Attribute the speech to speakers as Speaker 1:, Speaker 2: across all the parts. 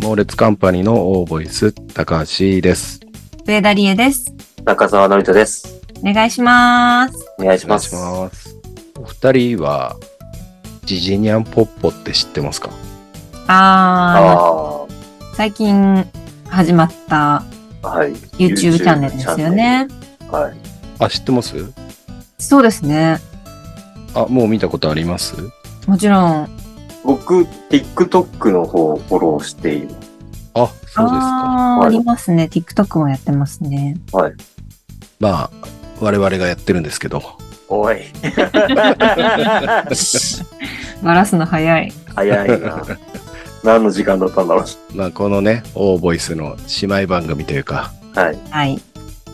Speaker 1: 猛烈カンパニーのオーボイス、高橋です。
Speaker 2: 上田理恵です。
Speaker 3: 中澤のりとです。
Speaker 2: お願いします。
Speaker 3: お願い
Speaker 1: お
Speaker 3: します。
Speaker 1: ます。お二人は、ジジニャンポッポって知ってますか
Speaker 2: あ
Speaker 3: あ
Speaker 2: ー、最近始まった
Speaker 3: あ、はい。
Speaker 2: YouTube チャンネルですよね。
Speaker 3: はい。
Speaker 1: あ、知ってます
Speaker 2: そうですね。
Speaker 1: あ、もう見たことあります
Speaker 2: もちろん。
Speaker 3: 僕、TikTok の方をフォローしている。
Speaker 1: あ、そうですか。
Speaker 2: あー
Speaker 3: はい
Speaker 2: ありますね。TikTok もやってます ね。
Speaker 1: まあ、我々がやってるんですけど。
Speaker 3: おい。
Speaker 2: バラすの早い。
Speaker 3: 早い な。何の時間だったんだろう。
Speaker 1: まあ、このね、オーボイスの姉妹番組というか、
Speaker 3: はい。
Speaker 2: はい。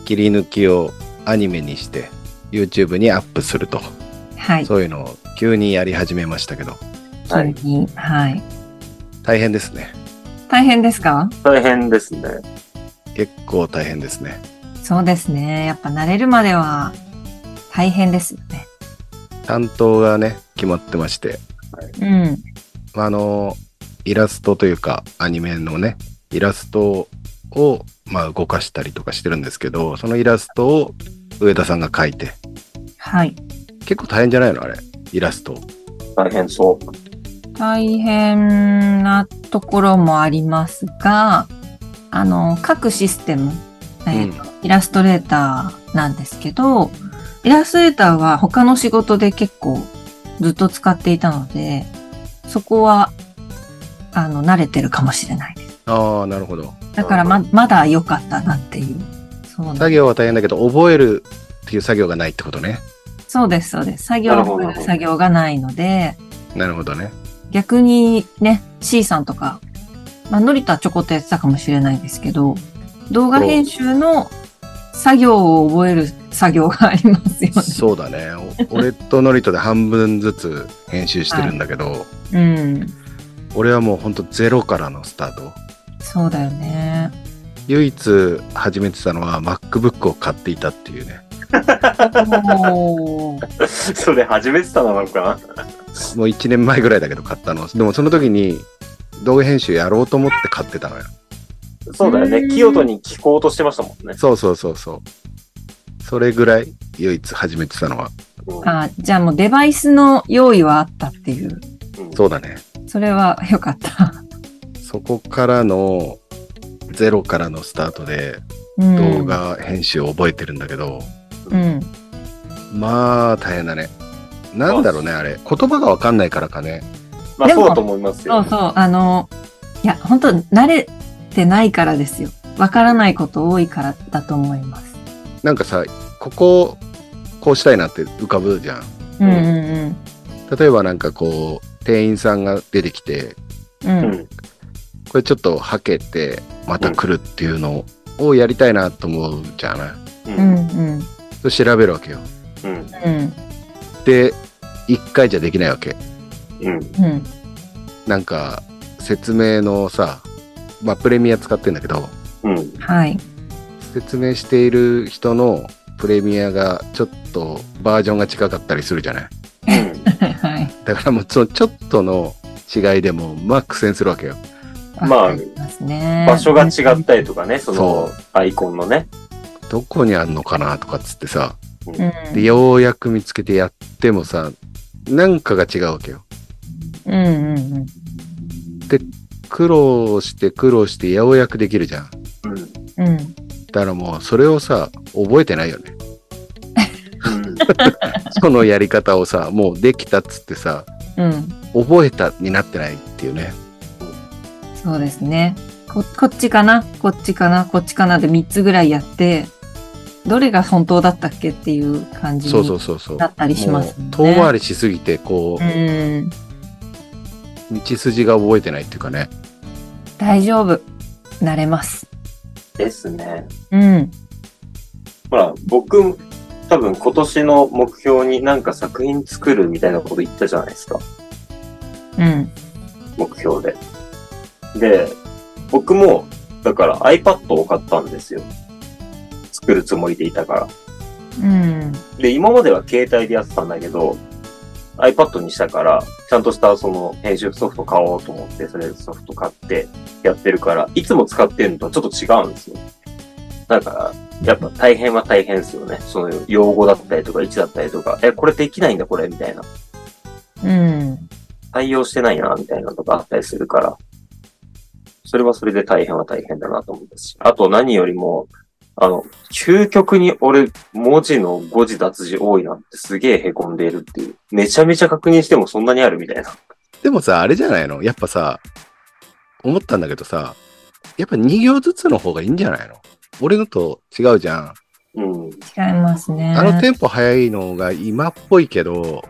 Speaker 1: 切り抜きをアニメにして、YouTube にアップすると。
Speaker 2: はい。
Speaker 1: そういうのを急にやり始めましたけど、
Speaker 3: はい。
Speaker 2: 急にはい。
Speaker 1: 大変ですね。
Speaker 2: 大変ですか
Speaker 3: 大変ですね。
Speaker 1: 結構大変ですね。
Speaker 2: そうですね。やっぱ慣れるまでは大変ですよね。
Speaker 1: 担当がね、決まってまして、
Speaker 2: うん。
Speaker 1: まああの、イラストというか、アニメのね、イラストを、まあ、動かしたりとかしてるんですけど、そのイラストを上田さんが描いて、
Speaker 2: はい。
Speaker 1: 結構大変じゃないのあれ、イラスト。
Speaker 3: 大変そ
Speaker 2: 大変なところもありますが、あの、各システム、えー
Speaker 1: うん
Speaker 2: イラストレーターなんですけど、イラストレーターは他の仕事で結構ずっと使っていたので、そこは、あの、慣れてるかもしれないです。
Speaker 1: ああ、なるほど。
Speaker 2: だからま、まだ良かったなっていう。そうなん
Speaker 1: 作業は大変だけど、覚えるっていう作業がないってことね。
Speaker 2: そうです、そうです。作業
Speaker 3: なるほどなるほど
Speaker 2: 作業がないので、
Speaker 1: なるほどね。
Speaker 2: 逆にね、C さんとか、まあ、ノリとはちょこっとやってたかもしれないですけど、動画編集の作業を覚える作業がありますよね。
Speaker 1: そうだね。お俺とノリとで半分ずつ編集してるんだけど、
Speaker 2: うん。
Speaker 1: 俺はもうほんとゼロからのスタート。
Speaker 2: そうだよね。
Speaker 1: 唯一始めてたのは MacBook を買っていたっていうね。
Speaker 2: おー
Speaker 3: う。 それ初めてたのなのか
Speaker 1: もう1年前ぐらいだけど買ったの。でもその時に動画編集やろうと思って買ってたのよ。
Speaker 3: なそうだよ
Speaker 2: う
Speaker 3: ね。
Speaker 2: ん
Speaker 3: 清人に聞こうとしてましたもんね。
Speaker 1: そうそうそうそう。それぐらい唯一始めてたのは。
Speaker 3: うん
Speaker 2: あ、じゃあもうデバイスの用意はあったっていう。
Speaker 3: うん
Speaker 1: そうだね。
Speaker 2: それは良かった。
Speaker 1: そこからのゼロからのスタートで
Speaker 2: うん、
Speaker 1: 動。画編集を覚えてるんだけど、
Speaker 2: うん。
Speaker 1: まあ大変だね。なんだろうね、あれ。言葉がわかんないからかね。
Speaker 3: まあ
Speaker 2: でも
Speaker 3: そうだと思います
Speaker 2: そ
Speaker 3: よ
Speaker 2: う。そう。あの、いや、本当慣れてないからですよ。わからないこと多いからだと思います。
Speaker 1: なんかさ、ここ、こうしたいなって浮かぶじゃん。
Speaker 2: うんうん
Speaker 1: 例えばなんかこう、店員さんが出てきて、
Speaker 2: うん。
Speaker 3: う
Speaker 2: うんん。
Speaker 1: これちょっとはけて、また来るっていうのをやりたいなと思うじゃない。
Speaker 3: うん
Speaker 2: うんうん。
Speaker 1: それ調べるわけよ。
Speaker 3: うん
Speaker 2: うん。
Speaker 1: で、一回じゃできないわけ。
Speaker 3: うん
Speaker 2: うん。
Speaker 1: なんか、説明のさ、まあ、プレミア使ってんだけど、
Speaker 3: うん
Speaker 2: はい。
Speaker 1: 説明している人のプレミアがちょっとバージョンが近かったりするじゃない。
Speaker 2: はい。
Speaker 1: だからもうそのちょっとの違いでも、まあ苦戦するわけよ。
Speaker 3: まあ
Speaker 2: わかりますね、
Speaker 3: 場所が違ったりとかね、
Speaker 1: そ
Speaker 3: その
Speaker 1: う
Speaker 3: アイコンのね。
Speaker 1: どこにあんのかなとかっつってさ、
Speaker 2: うん。
Speaker 1: でようやく見つけてやってもさなんかが違うわけよ
Speaker 2: うんうんうん。
Speaker 1: 苦労して苦労してようやくできるじゃん
Speaker 3: うん。う
Speaker 2: う
Speaker 3: ん
Speaker 2: ん。
Speaker 1: だからもうそれをさ覚えてないよ ねそのやり方をさもうできたっつってさ
Speaker 2: うん。
Speaker 1: 覚えたになってないっていうね
Speaker 2: そうですね。こ、こっちかな、こっちかな、こっちかなで3つぐらいやって、どれが本当だったっけっていう感じ
Speaker 1: そうそ
Speaker 2: に
Speaker 1: うそうそう
Speaker 2: なったりします
Speaker 1: も
Speaker 2: もん
Speaker 1: う
Speaker 2: ね。
Speaker 1: 遠回りしすぎてこ
Speaker 2: うん。
Speaker 1: う道筋が覚えてないっていうかね
Speaker 2: 大丈夫。慣れます。
Speaker 3: ですね。
Speaker 2: うん。
Speaker 3: ほら、僕、多分今年の目標になんか作品作るみたいなこと言ったじゃないですか。
Speaker 2: うん。
Speaker 3: 目標で。で、僕も、だから iPad を買ったんですよ。作るつもりでいたから。
Speaker 2: うん。
Speaker 3: で、今までは携帯でやってたんだけど、 iPad にしたから、ちゃんとしたその編集ソフト買おうと思って、それソフト買ってやってるから、いつも使ってるのとはちょっと違うんですよ。だから、やっぱ大変は大変ですよね。その用語だったりとか、位置だったりとか、え、これできないんだこれみたいな。
Speaker 2: うん。
Speaker 3: 対応してないな、みたいなのとかあったりするから、それはそれで大変は大変だなと思ったし、あと何よりも、あの、究極に俺、文字の誤字脱字多いなってすげえ凹んでいるっていう。めちゃめちゃ確認してもそんなにあるみたいな。
Speaker 1: でもさ、あれじゃないのやっぱさ、思ったんだけどさ、やっぱ2行ずつの方がいいんじゃないの俺のと違うじゃん。
Speaker 3: うん。
Speaker 2: 違いますね。
Speaker 1: あのテンポ早いのが今っぽいけど、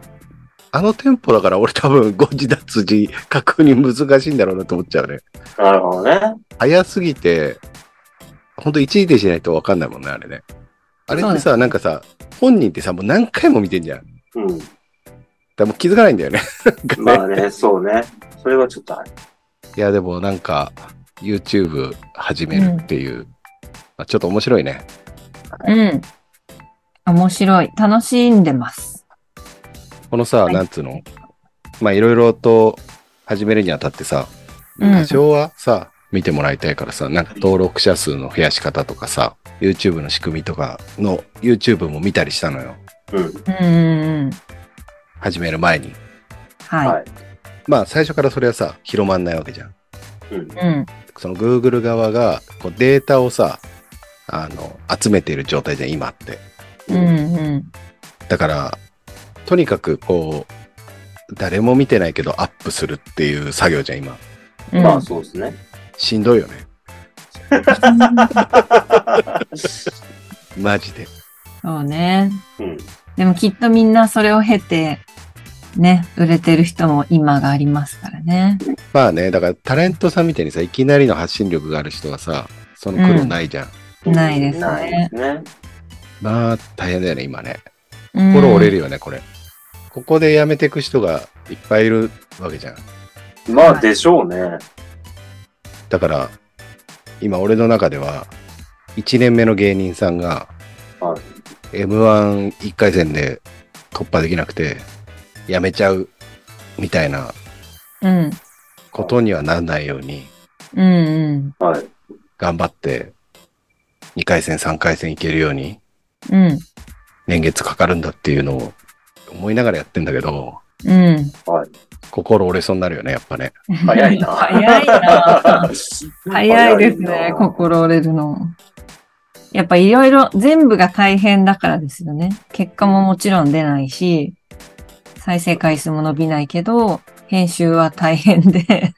Speaker 1: あのテンポだから俺多分5字 脱字確認難しいんだろうなと思っちゃうね。
Speaker 3: なるほどね。
Speaker 1: 早すぎて、ほんと一時停止しないと分かんないもんね、あれね。あれって
Speaker 2: そう
Speaker 1: さ、なんかさ、本人ってさ、もう何回も見てんじゃん。だか
Speaker 3: う
Speaker 1: らもう気づかないんだよね。 なんかね
Speaker 3: ん。ま あね、そうね。それはちょっとある。
Speaker 1: いや、でもなんか、YouTube 始めるっていう、あちょっと面白いね。
Speaker 2: うん。面白い。楽しんでます。
Speaker 1: このさ、
Speaker 2: はい
Speaker 1: なんつうのまあいろいろと始めるにあたってさ、
Speaker 2: うん
Speaker 1: 多少はさ、見てもらいたいからさ、なんか登録者数の増やし方とかさ、YouTube の仕組みとかの YouTube も見たりしたのよ。
Speaker 3: う
Speaker 2: う
Speaker 3: ん。
Speaker 2: んうんうん。
Speaker 1: 始める前に。
Speaker 2: は
Speaker 3: はい。
Speaker 1: まあ最初からそれはさ、広まんないわけじゃん。
Speaker 3: うん
Speaker 2: い。。うん。
Speaker 1: その Google 側がこうデータをさ、あの、集めている状態じゃん、今って。
Speaker 2: うんうん。
Speaker 1: だから、とにかくこう、誰も見てないけどアップするっていう作業じゃん、今。
Speaker 2: うん
Speaker 3: まあそうですね。
Speaker 1: しんどいよね。マジで。
Speaker 2: そうね。
Speaker 3: うん。
Speaker 2: でもきっとみんなそれを経て、ね、売れてる人も今がありますからね。
Speaker 1: まあね、だからタレントさんみたいにさ、いきなりの発信力がある人はさ、その苦労ないじゃん。
Speaker 2: ないですね
Speaker 3: ないですね。
Speaker 1: まあ、大変だよね、今ね。
Speaker 2: うん
Speaker 1: 心折れるよね、これ。ここで辞めてく人がいっぱいいるわけじゃん。
Speaker 3: まあでしょうね。
Speaker 1: だから、今俺の中では、1年目の芸人さんが、
Speaker 3: は
Speaker 1: M11 回戦で突破できなくて、辞めちゃうみたいな
Speaker 2: うん。
Speaker 1: ことにはならないように、
Speaker 2: うんうん。
Speaker 3: はい。
Speaker 1: 頑張って、2回戦、3回戦いけるように、
Speaker 2: うん。
Speaker 1: 年月かかるんだっていうのを思いながらやってんだけど、
Speaker 2: うん。
Speaker 3: はい。
Speaker 1: 心折れそうになるよね、やっぱね。
Speaker 3: 早いな
Speaker 2: 早いな。早いです
Speaker 3: 早い
Speaker 2: ね
Speaker 3: な、
Speaker 2: 心折れるの。やっぱいろいろ全部が大変だからですよね。結果ももちろん出ないし、再生回数も伸びないけど、編集は大変で。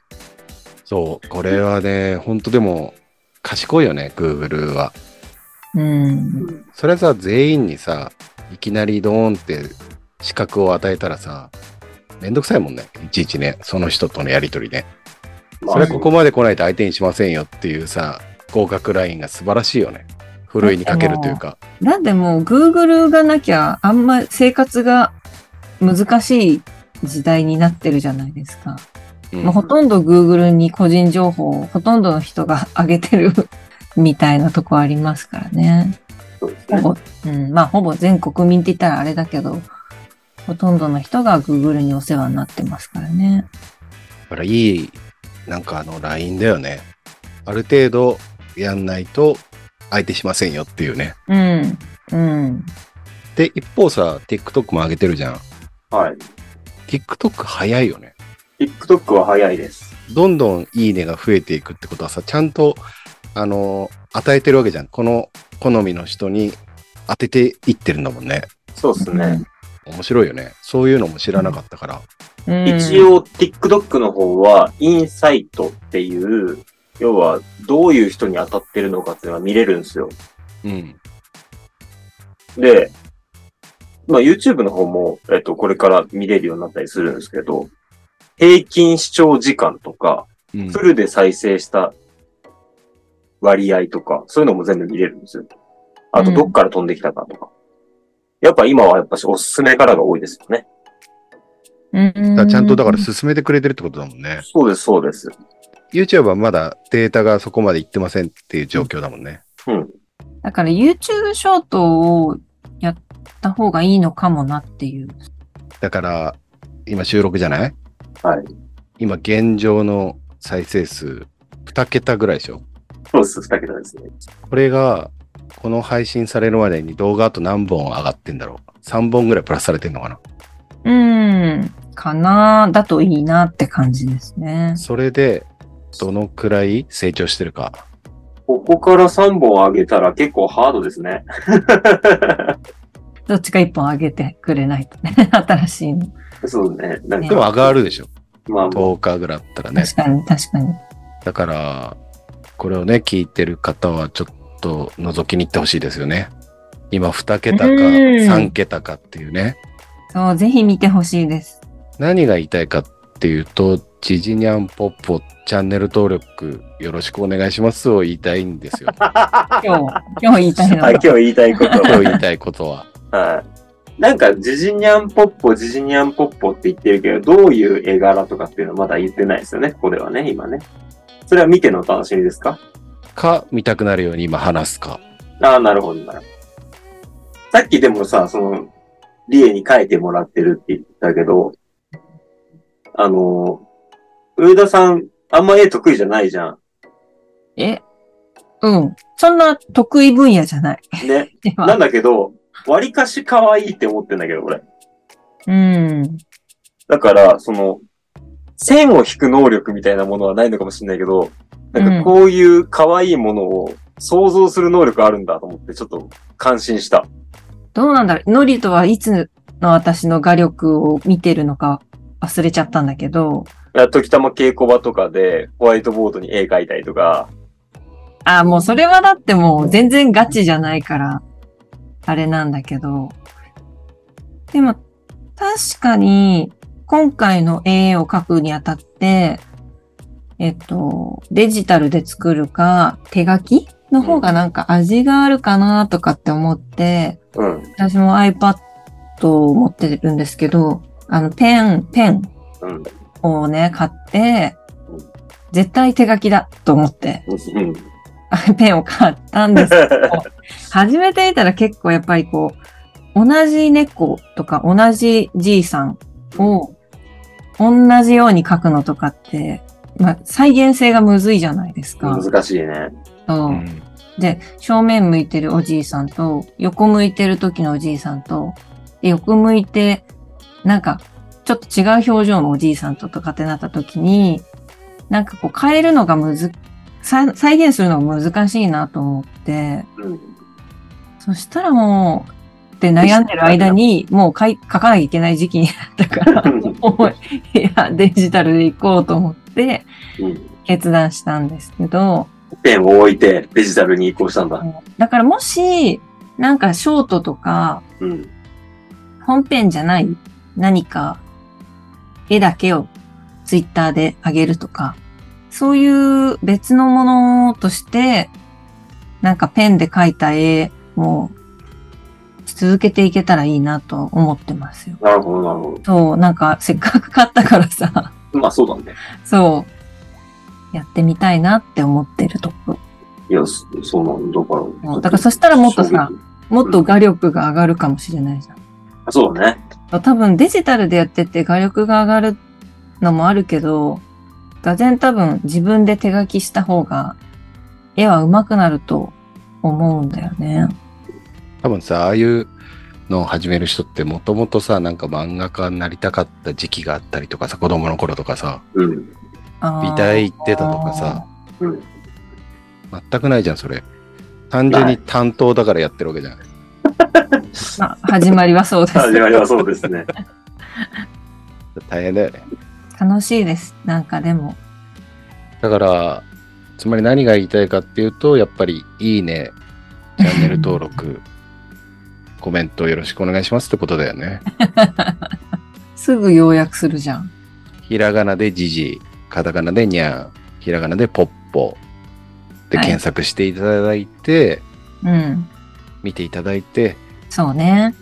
Speaker 1: そう、これはね、ほんとでも、賢いよね、Google は。
Speaker 2: うん。
Speaker 1: それさ、全員にさ、いきなりドーンって資格を与えたらさ、めんどくさいもんね。いちいちね、その人とのやりとりね。
Speaker 3: まあ
Speaker 1: それはここまで来ないと相手にしませんよっていうさ、合格ラインが素晴らしいよね。ふるいにかけるというか。
Speaker 2: なんでもう Google がなきゃあんま生活が難しい時代になってるじゃないですか。
Speaker 1: うん
Speaker 2: もうほとんど Google に個人情報をほとんどの人が上げてるみたいなとこありますからね。
Speaker 3: そうです
Speaker 2: ほ
Speaker 3: ね。
Speaker 2: ぼ、うん、まあほぼ全国民って言ったらあれだけど、ほとんどの人が Google にお世話になってますからね。
Speaker 1: だからいい、なんかあの、ラインだよね。ある程度やんないと相手しませんよっていうね。
Speaker 2: うん、うん、
Speaker 1: で、一方さ、TikTok も上げてるじゃん。
Speaker 3: はい。
Speaker 1: TikTok 早いよね。
Speaker 3: TikTok は早いです。
Speaker 1: どんどんいいねが増えていくってことはさ、ちゃんと、あの、与えてるわけじゃん。この好みの人に当てていってるんだもんね。
Speaker 3: そうですね。
Speaker 1: 面白いよね。そういうのも知らなかったから。
Speaker 2: うん。
Speaker 3: 一、応 TikTok の方は、インサイトっていう、要はどういう人に当たってるのかっていうのは見れるんですよ。
Speaker 1: うん。
Speaker 3: で、まあ YouTube の方も、えっと、これから見れるようになったりするんですけど、平均視聴時間とか、
Speaker 1: うん
Speaker 3: フルで再生した割合とか、そういうのも全部見れるんですよ。あと、
Speaker 2: うん
Speaker 3: どっから飛んできたかとか。やっぱ今はやっぱしおすすめからが多いですよね。
Speaker 2: うん
Speaker 1: だからちゃんとだから進めてくれてるってことだもんね。
Speaker 3: そうです、そうです。
Speaker 1: YouTube はまだデータがそこまでいってませんっていう状況だもんね。
Speaker 2: だから YouTube ショートをやった方がいいのかもなっていう。
Speaker 1: だから、今収録じゃない
Speaker 3: はい。
Speaker 1: 今現状の再生数2桁ぐらいでしょ
Speaker 3: そうです、2桁ですね。
Speaker 1: これがこの配信されるまでに動画あと何本上がってんだろう3本ぐらいプラスされてんのかな
Speaker 2: うん。かなだといいなって感じですね。
Speaker 1: それでどのくらい成長してるか
Speaker 3: ここから3本上げたら結構ハードですね。
Speaker 2: どっちか一本上げてくれないとね。 新しいの。
Speaker 3: そうね。なんか
Speaker 1: でも上がるでしょ
Speaker 3: まあ、
Speaker 1: 10日ぐらいあったらね
Speaker 2: 確かに、確かに。
Speaker 1: だからこれをね聞いてる方はちょっと覗きに行ってほしいですよね今2桁か
Speaker 2: うん
Speaker 1: 3桁かっていうね
Speaker 2: そう、ぜひ見てほし いです。
Speaker 1: 何が言いたいかっていうと「ちじにゃんぽっぽチャンネル登録よろしくお願いします」を言いたいんですよ
Speaker 2: 今日、今日言いたいの
Speaker 3: は、
Speaker 2: はい
Speaker 3: 今。日言いたいこと
Speaker 1: 今 日言いたいことは
Speaker 3: はい。なんか、ジジニャンポッポ、ジジニャンポッポって言ってるけど、どういう絵柄とかっていうのはまだ言ってないですよね、ここではね、今ね。それは見てのお楽しみですか
Speaker 1: か見たくなるように今話すか
Speaker 3: ああ、なるほど、なるほど。さっきでもさ、その、リエに書いてもらってるって言ったけど、あの、上田さん、あんま絵得意じゃないじゃん。
Speaker 2: え、うん。そんな得意分野じゃない。
Speaker 3: ね。
Speaker 2: で は
Speaker 3: なんだけど、割かし可愛いって思ってんだけど、俺。
Speaker 2: うん。
Speaker 3: だから、その、線を引く能力みたいなものはないのかもしれないけど、なんかこういう可愛いものを想像する能力あるんだと思って、ちょっと感心した。
Speaker 2: どうなんだろう。ノリとはいつの私の画力を見てるのか忘れちゃったんだけど、
Speaker 3: やっときたま稽古場とかでホワイトボードに絵描いたりとか、
Speaker 2: あ、もうそれはだってもう全然ガチじゃないから、あれなんだけど。でも、確かに、今回の絵を描くにあたって、えっと、デジタルで作るか、手書きの方がなんか味があるかなとかって思って、
Speaker 3: うん、
Speaker 2: 私も iPad を持ってるんですけど、あの、ペン、ペン
Speaker 3: うん、
Speaker 2: をね、買って
Speaker 3: うん、
Speaker 2: 絶対手書きだと思って、
Speaker 3: うん。
Speaker 2: ペンを買ったんです 始めてみたら結構やっぱりこう、同じ猫とか同じじいさんを同じように描くのとかって、まあ、再現性がむずいじゃないですか。
Speaker 3: 難しいね。
Speaker 2: そう
Speaker 1: うん
Speaker 2: で、正面向いてるおじいさんと、横向いてる時のおじいさんと、で横向いて、なんか、ちょっと違う表情のおじいさんととかってなった時に、なんかこう変えるのがむず、再再現するのが難しいなと思って、
Speaker 3: うん、
Speaker 2: そしたらもう、って悩んでる間に、もう書い書かなきゃいけない時期になったから、 もういや、デジタルで行こうと思って、
Speaker 3: うん
Speaker 2: 決断したんですけど、
Speaker 3: ペンを置いてデジタルに移行したんだ。
Speaker 2: だからもし、なんかショートとか、
Speaker 3: うん、
Speaker 2: 本編じゃない何か、絵だけをツイッターで上げるとか、そういう別のものとして、なんかペンで描いた絵も続けていけたらいいなと思ってますよ。
Speaker 3: なるほど、なるほ
Speaker 2: そう、なんかせっかく買ったからさ、
Speaker 3: ど。まあそうだね。
Speaker 2: そう、やってみたいなって思ってるとこ。
Speaker 3: いや、そそうなんだから。
Speaker 2: だからそしたらもっとさ、もっと画力が上がるかもしれないじゃん。
Speaker 3: そうだね。
Speaker 2: 多分デジタルでやってて画力が上がるのもあるけど、がぜ多分自分で手書きした方が絵は上手くなると思うんだよね。
Speaker 1: 多分さああいうのを始める人ってもともとさなんか漫画家になりたかった時期があったりとかさ子供の頃とかさ
Speaker 3: うん、
Speaker 2: あー
Speaker 1: 美大行ってたとかさ
Speaker 3: うん。
Speaker 1: 全くないじゃんそれ単純に担当だからやってるわけじゃない、
Speaker 2: まあ、始まりはそうです。
Speaker 3: 始まりはそうですね。
Speaker 1: 大変だよね
Speaker 2: 楽しいです。なんかでも。
Speaker 1: だからつまり何が言いたいかっていうとやっぱり「いいね」チャンネル登 録コメントよろしくお願いしますってことだよね
Speaker 2: すぐ要約するじゃん。
Speaker 1: ひらがなでじじカタカナでにゃんひらがなでぽっぽで
Speaker 2: はい
Speaker 1: 検索していただいて、
Speaker 2: うん。
Speaker 1: 見ていただいて
Speaker 2: そうね。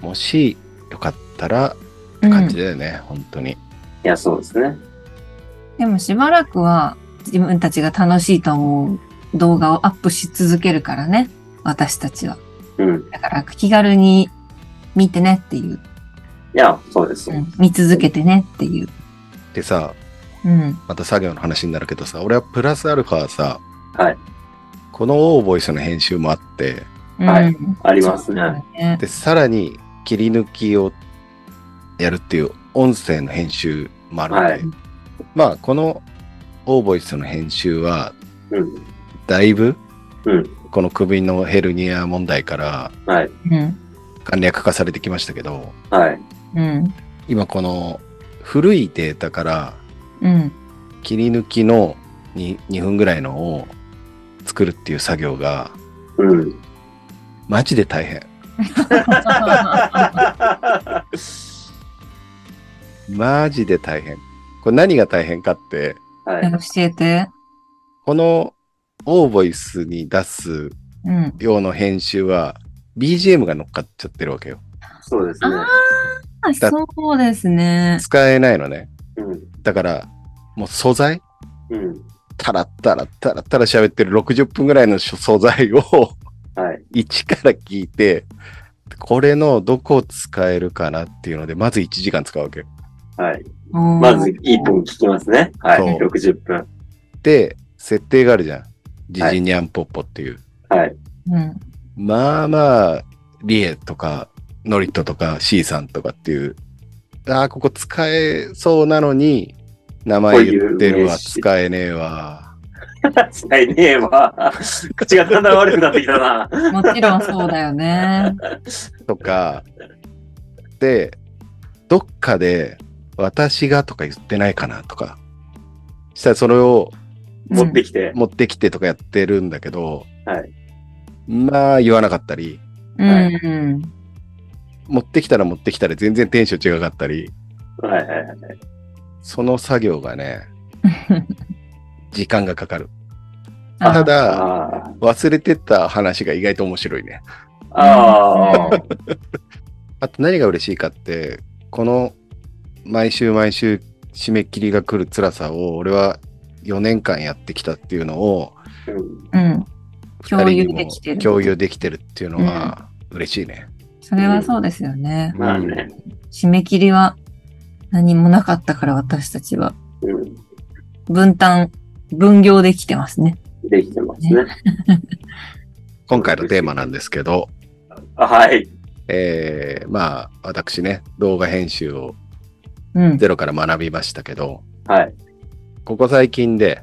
Speaker 1: もしよかったら
Speaker 2: うん
Speaker 1: 感じだよね、本当に
Speaker 3: いや、そうですね。
Speaker 2: でもしばらくは自分たちが楽しいと思う動画をアップし続けるからね。私たちは。
Speaker 3: うん。
Speaker 2: だから気軽に見てねっていう
Speaker 3: いや、そうです。
Speaker 2: うん見続けてねっていう。
Speaker 1: でさ、
Speaker 2: うん。
Speaker 1: また作業の話になるけどさ、俺はプラスアルファさ、
Speaker 3: はい
Speaker 1: このオーボイスの編集もあって、
Speaker 3: はい
Speaker 2: うん
Speaker 3: あります
Speaker 2: そ
Speaker 3: ね。
Speaker 2: うだ
Speaker 3: は
Speaker 2: ね。
Speaker 1: で、さらに切り抜きをやるっていう音声の編集もあるので、
Speaker 3: はい
Speaker 1: まあ、このオーボイスの編集は、
Speaker 3: うん。
Speaker 1: だいぶ、
Speaker 3: うん
Speaker 1: この首のヘルニア問題から
Speaker 3: はい。
Speaker 2: うん。
Speaker 1: 簡略化されてきましたけど、
Speaker 3: はい。
Speaker 2: うん。
Speaker 1: 今この古いデータから
Speaker 2: うん。
Speaker 1: 切り抜きの 2, 2分ぐらいのを作るっていう作業が
Speaker 3: うん。
Speaker 1: マジで大変マジで大変これ何が大変かって
Speaker 3: は
Speaker 2: なんか
Speaker 3: い。
Speaker 2: 教えて。
Speaker 1: このオーボイスに出す
Speaker 2: うん。
Speaker 1: 用の編集は BGM が乗っかっちゃってるわけよ
Speaker 3: そうですね。
Speaker 2: あそうですね。
Speaker 1: 使えないのね
Speaker 3: うん。
Speaker 1: だからもう素材
Speaker 3: うん。
Speaker 1: タラッタラッタラッタラ喋ってる60分ぐらいの素材を
Speaker 3: はい。
Speaker 1: 一から聞いて、これのどこを使えるかなっていうので、まず1時間使うわけ。
Speaker 3: はい。ま
Speaker 2: ま
Speaker 3: ず、1分聞きますね。はい。
Speaker 1: そう
Speaker 3: 60分。
Speaker 1: で、設定があるじゃん。ジジニャンポッポっていう。
Speaker 3: はい。
Speaker 2: うん。
Speaker 1: まあまあ、リエとか、ノリットとか、シーさんとかっていう、ああ、ここ使えそうなのに、名前言ってる
Speaker 3: こういう名
Speaker 1: わ、
Speaker 3: 詞
Speaker 1: 使えねえわ。
Speaker 3: 確かにねえわ。口がだんだん悪くなってきたな。
Speaker 2: もちろんそうだよね。
Speaker 1: とか、で、どっかで、私がとか言ってないかなとか、したらそれを
Speaker 2: うん
Speaker 3: 持ってきて。
Speaker 1: 持ってきてとかやってるんだけど、
Speaker 3: はい
Speaker 1: まあ言わなかったり
Speaker 2: うん うん。
Speaker 1: 持ってきたら持ってきたら全然テンション違かったり
Speaker 3: はいはいはい。
Speaker 1: その作業がね時間がかかる
Speaker 2: あ
Speaker 1: ただ
Speaker 3: あ
Speaker 1: 忘れてた話が意外と面白いね
Speaker 3: あ。ああ。
Speaker 1: あと何が嬉しいかってこの毎週毎週締め切りが来る辛さを俺は4年間やってきたっていうのを
Speaker 3: うん
Speaker 2: うん。
Speaker 1: 2人にも
Speaker 2: 共有できてる
Speaker 1: 共有できてるっていうのは嬉しいね、
Speaker 2: それはそうですよね。
Speaker 3: まあね。
Speaker 2: 締め切りは何もなかったから私たちは
Speaker 3: うん。
Speaker 2: 分担、分業できてますね。
Speaker 3: できてますね。
Speaker 1: 今回のテーマなんですけど
Speaker 3: はい。
Speaker 1: えーまあ私ね動画編集を
Speaker 2: うん。
Speaker 1: ゼロから学びましたけど
Speaker 3: はい。
Speaker 1: ここ最近で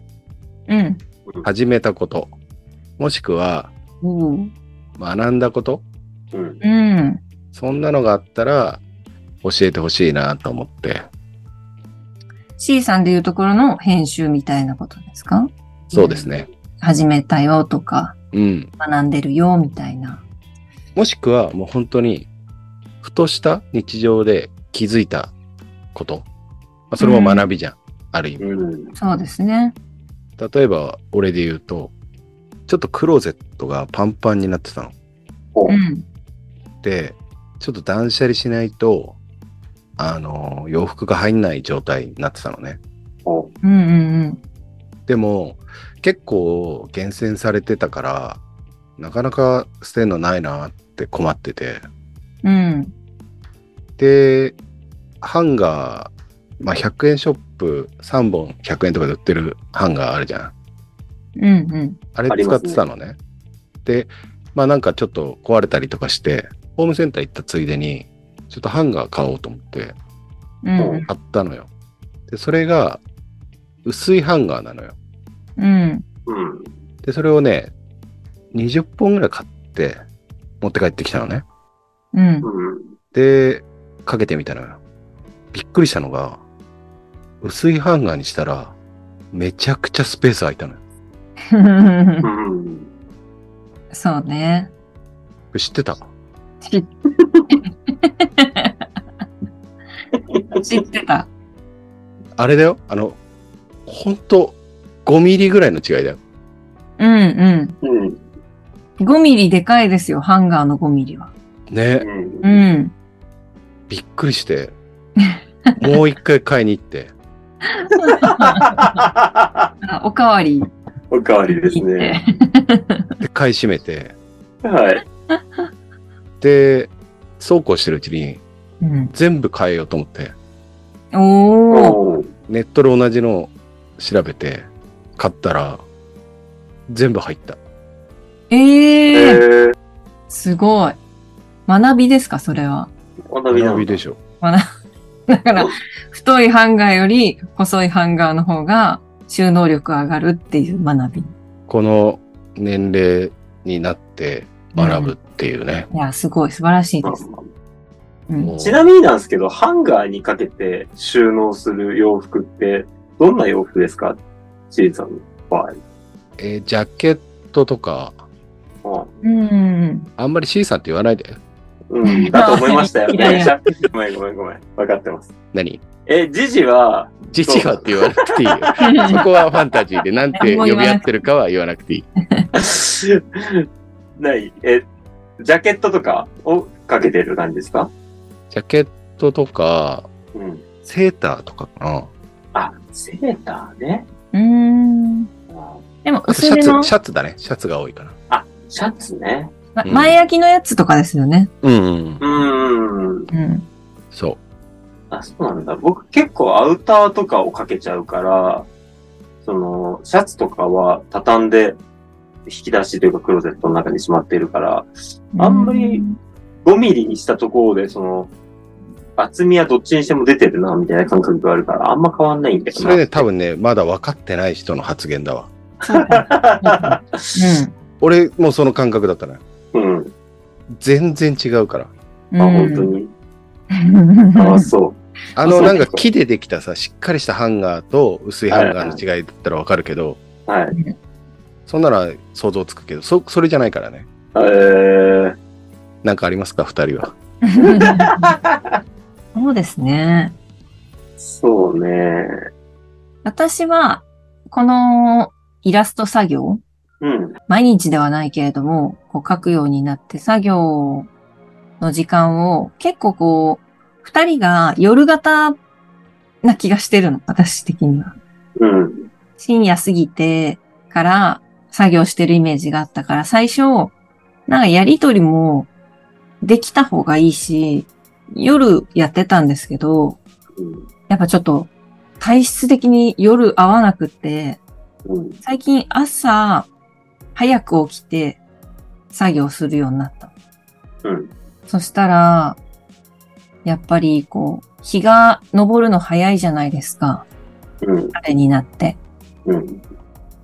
Speaker 2: うん。
Speaker 1: 始めたこともしくは
Speaker 2: うん。
Speaker 1: 学んだこと
Speaker 3: うん。
Speaker 2: うん。
Speaker 1: そんなのがあったら教えてほしいなと思って
Speaker 2: C さんでいうところの編集みたいなことですか
Speaker 1: そうですね、
Speaker 2: 始めたよとか、
Speaker 1: うん
Speaker 2: 学んでるよみたいな。
Speaker 1: もしくはもう本当にふとした日常で気づいたこと、まあ、それも学びじゃん、ある意味
Speaker 3: うん。
Speaker 2: そうですね。
Speaker 1: 例えば俺で言うとちょっとクローゼットがパンパンになってたの
Speaker 3: お
Speaker 2: うん。
Speaker 1: でちょっと断捨離しないとあの洋服が入んない状態になってたのね
Speaker 3: お
Speaker 2: うんうん
Speaker 1: でも結構厳選されてたからなかなか捨てるのないなって困ってて
Speaker 2: うん。うん。
Speaker 1: でハンガー、まあ、100円ショップ3本100円とかで売ってるハンガーあるじゃん
Speaker 2: うんうん。
Speaker 1: あれ
Speaker 3: あり
Speaker 1: 使
Speaker 3: ま
Speaker 1: っ
Speaker 3: すね
Speaker 1: てたのねでまあなんかちょっと壊れたりとかしてホームセンター行ったついでにちょっとハンガー買おうと思って
Speaker 2: うん。
Speaker 1: あったのよ。で、それが薄いハンガーなのよ。
Speaker 2: うん。
Speaker 3: うん。
Speaker 1: で、それをね、20本ぐらい買って持って帰ってきたのね。
Speaker 2: うん。
Speaker 3: うん。
Speaker 1: で、かけてみたのよ。びっくりしたのが、薄いハンガーにしたら、めちゃくちゃスペース空いたのよ。
Speaker 3: うん。
Speaker 2: そうね。
Speaker 1: これ知ってた
Speaker 2: 知っ知ってた。
Speaker 1: あれだよ。あの、ほんと、5ミリぐらいの違いだよ。
Speaker 2: うんう
Speaker 3: うん。
Speaker 2: ん。5ミリでかいですよ、ハンガーの5ミリは。
Speaker 1: ね。
Speaker 2: う
Speaker 3: うん。
Speaker 2: ん。
Speaker 1: びっくりして、もう一回買いに行って。
Speaker 2: あおかわり。
Speaker 3: おかわりですね。
Speaker 2: 行って
Speaker 1: で、買い占めて。
Speaker 3: はい。
Speaker 1: で、そうこうしてるうちに、
Speaker 2: うん。
Speaker 1: 全部変えようと思って、
Speaker 2: おー。
Speaker 3: おー
Speaker 1: ネットで同じのを調べて、買ったら、全部入った。
Speaker 3: え
Speaker 2: ええー、
Speaker 3: ー、
Speaker 2: すごい。学びですか、それ は。
Speaker 3: 学びな
Speaker 1: 学び
Speaker 3: んだ
Speaker 1: でしょ。
Speaker 2: だから、太いハンガーより細いハンガーの方が収納力が上がるっていう学び。い
Speaker 1: この年齢になって学ぶっていうね。
Speaker 2: や、すごい、素晴らしいです。
Speaker 3: まあま
Speaker 2: う
Speaker 1: も
Speaker 2: ん
Speaker 1: う。
Speaker 3: あちなみになんですけど、ハンガーにかけて収納する洋服って、どんな洋服ですかシリさんの場
Speaker 1: えージャケットとか、
Speaker 3: 合。
Speaker 2: うん。
Speaker 1: あんまり C さんって言わないで。
Speaker 3: うん、だと思 いましたよ
Speaker 2: いやい
Speaker 3: ね。
Speaker 2: や
Speaker 3: じゃごめんごめんごめん。分かってます。
Speaker 1: 何
Speaker 3: え、ジジは、
Speaker 1: ジジはって言わなくていいよ。 そこはファンタジーで、なんて呼び合ってるかは言わなくていい。
Speaker 3: ない、え、ジャケットとかをかけてる感じですか
Speaker 1: ジャケットとか、
Speaker 3: うん。
Speaker 1: セーターとかかな。
Speaker 3: あ、セーターね。
Speaker 2: うん。でも、
Speaker 1: あとシ
Speaker 2: 薄め
Speaker 1: ャ
Speaker 2: の
Speaker 1: ツ、、シャツだね。シャツが多いかな。
Speaker 3: あ、シャツね。
Speaker 2: ま
Speaker 1: うん
Speaker 2: 前焼きのやつとかですよね。
Speaker 1: うん、うん。
Speaker 3: うーん。
Speaker 2: うん。
Speaker 1: そう。
Speaker 3: あ、そうなんだ。僕結構アウターとかをかけちゃうから、その、シャツとかは畳んで、引き出しというかクローゼットの中にしまっているから、あんまり5ミリにしたところで、その、厚みはどっちにしても出てるな、みたいな感覚があるから、あんま変わんないんだよな。
Speaker 1: それね、多分ね、まだ分かってない人の発言だわ。
Speaker 2: そうか。
Speaker 1: 俺もその感覚だったね。
Speaker 3: うん。
Speaker 1: 全然違うから。
Speaker 2: うん。
Speaker 3: あ、本当に。
Speaker 2: うん
Speaker 3: あ、そう。
Speaker 1: あ
Speaker 3: あ
Speaker 1: の、
Speaker 3: そう
Speaker 1: なんか木でできたさ、しっかりしたハンガーと薄いハンガーの違いだったら分かるけど、
Speaker 3: はい。
Speaker 1: そんなら想像つくけど、そ、それじゃないからね。
Speaker 3: えー、
Speaker 1: なんかありますか、二人は。
Speaker 2: そうですね。
Speaker 3: そうね。
Speaker 2: 私は、このイラスト作業、
Speaker 3: うん。
Speaker 2: 毎日ではないけれども、こう書くようになって、作業の時間を結構こう、二人が夜型な気がしてるの、私的には。
Speaker 3: うん。
Speaker 2: 深夜過ぎてから作業してるイメージがあったから、最初、なんかやりとりもできた方がいいし、夜やってたんですけど、
Speaker 3: うん。
Speaker 2: やっぱちょっと体質的に夜合わなくって、
Speaker 3: うん。
Speaker 2: 最近朝早く起きて作業するようになった。
Speaker 3: うん。
Speaker 2: そしたら、やっぱりこう、日が昇るの早いじゃないですか。
Speaker 3: うん。
Speaker 2: あれになって。
Speaker 3: うん。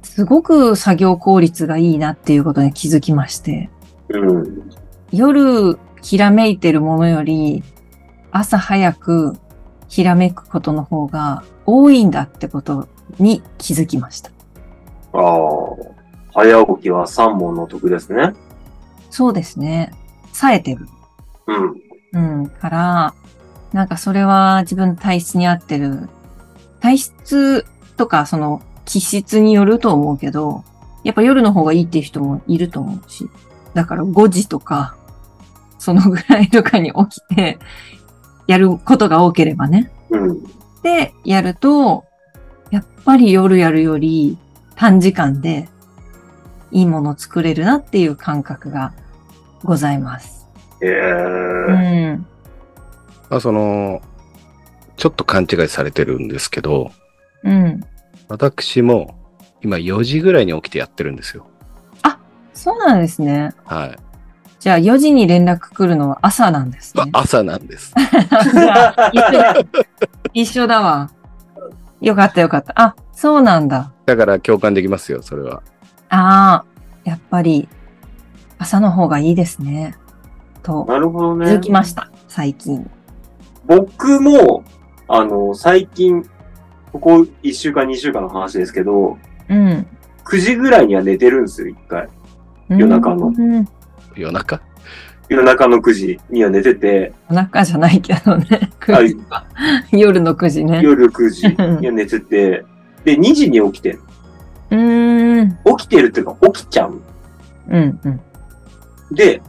Speaker 2: すごく作業効率がいいなっていうことに気づきまして、
Speaker 3: うん。
Speaker 2: 夜ひらめいてるものより、朝早くひらめくことの方が多いんだってことに気づきました。
Speaker 3: ああ。早起きは三問の得ですね。
Speaker 2: そうですね。冴えてる。
Speaker 3: うん。
Speaker 2: うん。から、なんかそれは自分の体質に合ってる。体質とかその気質によると思うけど、やっぱ夜の方がいいっていう人もいると思うし。だから5時とか、そのぐらいとかに起きて、やることが多ければね。
Speaker 3: うん。
Speaker 2: で、やると、やっぱり夜やるより短時間でいいもの作れるなっていう感覚がございます。
Speaker 3: ええ
Speaker 2: う
Speaker 3: ー。
Speaker 2: ん。
Speaker 1: まあ、その、ちょっと勘違いされてるんですけど、
Speaker 2: うん。
Speaker 1: 私も今4時ぐらいに起きてやってるんですよ。
Speaker 2: そうなんですね。
Speaker 1: はい。
Speaker 2: じゃあ4時に連絡来るのは朝なんですね。
Speaker 1: 朝なんです。
Speaker 2: じゃあ一緒だ一緒だわ。よかったよかった。あ、そうなんだ。
Speaker 1: だから共感できますよ、それは。
Speaker 2: ああ、やっぱり朝の方がいいですね。と、
Speaker 3: なるほど
Speaker 2: 気
Speaker 3: ね。
Speaker 2: づきました。最近。
Speaker 3: 僕も、あの、最近、ここ一週間、二週間の話ですけど、
Speaker 2: うん。
Speaker 3: 9時ぐらいには寝てるんですよ、一回。夜中の
Speaker 2: うん。夜
Speaker 1: 夜中
Speaker 3: 夜中の9時には寝てて、
Speaker 2: 中じゃないけどね。
Speaker 3: あ
Speaker 2: 9時夜の9時ね。
Speaker 3: 夜9時には寝てて、で、2時に起きてる
Speaker 2: うーん。
Speaker 3: 起きてるっていうか、起きちゃう。
Speaker 2: うんうん。
Speaker 3: で、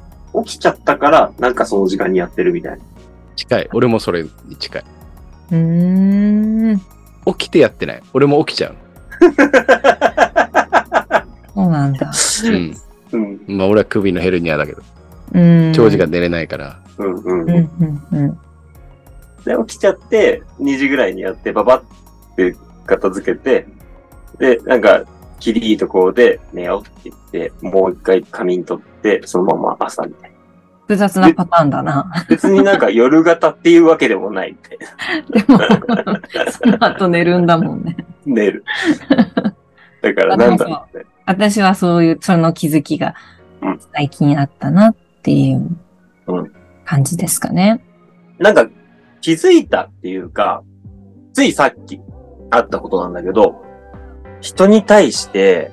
Speaker 3: 起きちゃったから、なんかその時間にやってるみたいな。
Speaker 1: 近い。俺もそれに近い。
Speaker 2: うーん。
Speaker 1: 起きてやってない。俺も起き ちゃう。
Speaker 2: そうなんだ。
Speaker 1: うん。
Speaker 3: うん、
Speaker 1: まあ俺は首のヘルニアだけど、
Speaker 2: うん。
Speaker 1: 長時間寝れないから、
Speaker 3: うん、うん。
Speaker 2: うんうんうん。
Speaker 3: で、起きちゃって、2時ぐらいにやって、ババって片付けて、で、なんか、きりいいとこで寝ようって言って、もう一回仮眠取って、そのまま朝みたいな。
Speaker 2: 複雑なパターンだな。
Speaker 3: 別になんか夜型っていうわけでもないみたい
Speaker 2: で
Speaker 3: な。
Speaker 2: も、その後寝るんだもんね。
Speaker 3: 寝る。だからなんだろうね。
Speaker 2: 私はそういう、その気づきが
Speaker 3: うん
Speaker 2: 最近あったなっていう
Speaker 3: うん
Speaker 2: 感じですかね。
Speaker 3: なんか気づいたっていうか、ついさっきあったことなんだけど、人に対して、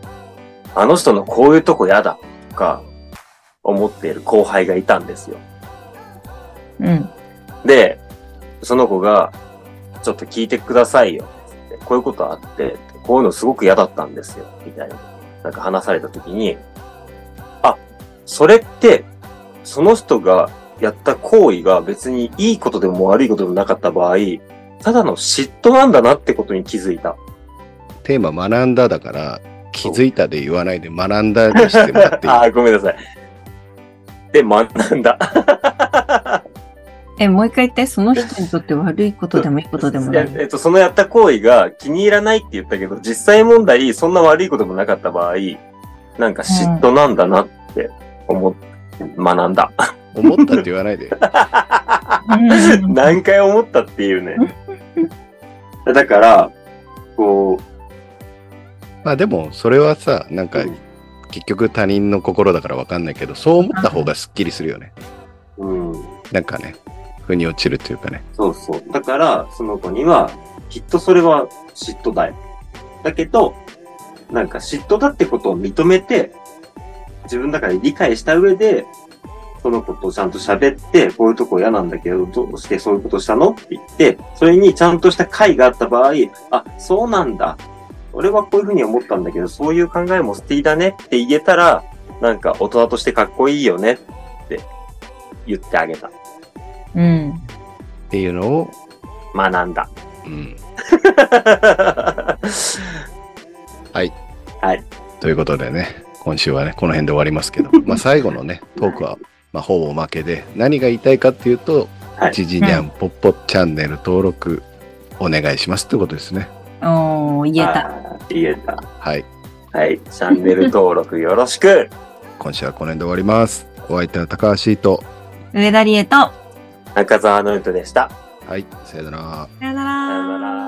Speaker 3: あの人のこういうとこ嫌だとか、思っている後輩がいたんですよ。
Speaker 2: うん。
Speaker 3: で、その子が、ちょっと聞いてくださいよ。ってこういうことあって、こういうのすごく嫌だったんですよ。みたいな。なんか話された時に、あ、それって、その人がやった行為が別にいいことでも悪いことでもなかった場合、ただの嫉妬なんだなってことに気づいた。
Speaker 1: テーマ学んだだから、気づいたで言わないで学んだにしてもらっていい
Speaker 3: あーごめんなさい。で、学んだ。
Speaker 2: え、もう一回言って、その人にとって悪いことでもいいことでもない
Speaker 3: いやえっと、 そのやった行為が気に入らないって言ったけど、実際問題、そんな悪いこともなかった場合、なんか嫉妬なんだなって思っ、学んだ。
Speaker 1: 思ったって言わないで。
Speaker 2: うん
Speaker 3: 何回思ったっていうね。 だから、こ
Speaker 1: まあでも、それはさ、なんか、結局他人の心だからわかんないけど、そう思った方がすっきりするよね。
Speaker 3: う、うん、
Speaker 1: なんかね、腑に落ちるというかね。
Speaker 3: そうそう。だから、その子には、きっとそれは嫉妬だよ。だけど、なんか嫉妬だってことを認めて、自分の中で理解した上で、その子とちゃんと喋って、こういうとこ嫌なんだけど、どうしてそういうことしたのって言って、それにちゃんとした解があった場合、あ、そうなんだ。俺はこういうふうに思ったんだけど、そういう考えも素敵だねって言えたら、なんか大人としてかっこいいよねって言ってあげた。
Speaker 2: うん。
Speaker 1: っていうのを、
Speaker 3: 学んだ。
Speaker 1: うん。
Speaker 3: はい
Speaker 1: い。ということでね、今週はね、この辺で終わりますけど、まあ最後のね、トークは、まあほぼおまけで、何が言いたいかっていうと
Speaker 3: は、い
Speaker 1: ちじにゃんぽっぽチャンネル登録お願いしますってことですね。
Speaker 2: おー、言えた。
Speaker 3: あー。言えた。
Speaker 1: はい。
Speaker 3: はい。チャンネル登録よろしく。
Speaker 1: 今週はこの辺で終わります。お相手は高橋と。
Speaker 2: 上田理恵と、さ
Speaker 3: 中澤のりとでした。
Speaker 1: はい。さよなら。
Speaker 2: よ
Speaker 3: さよなら。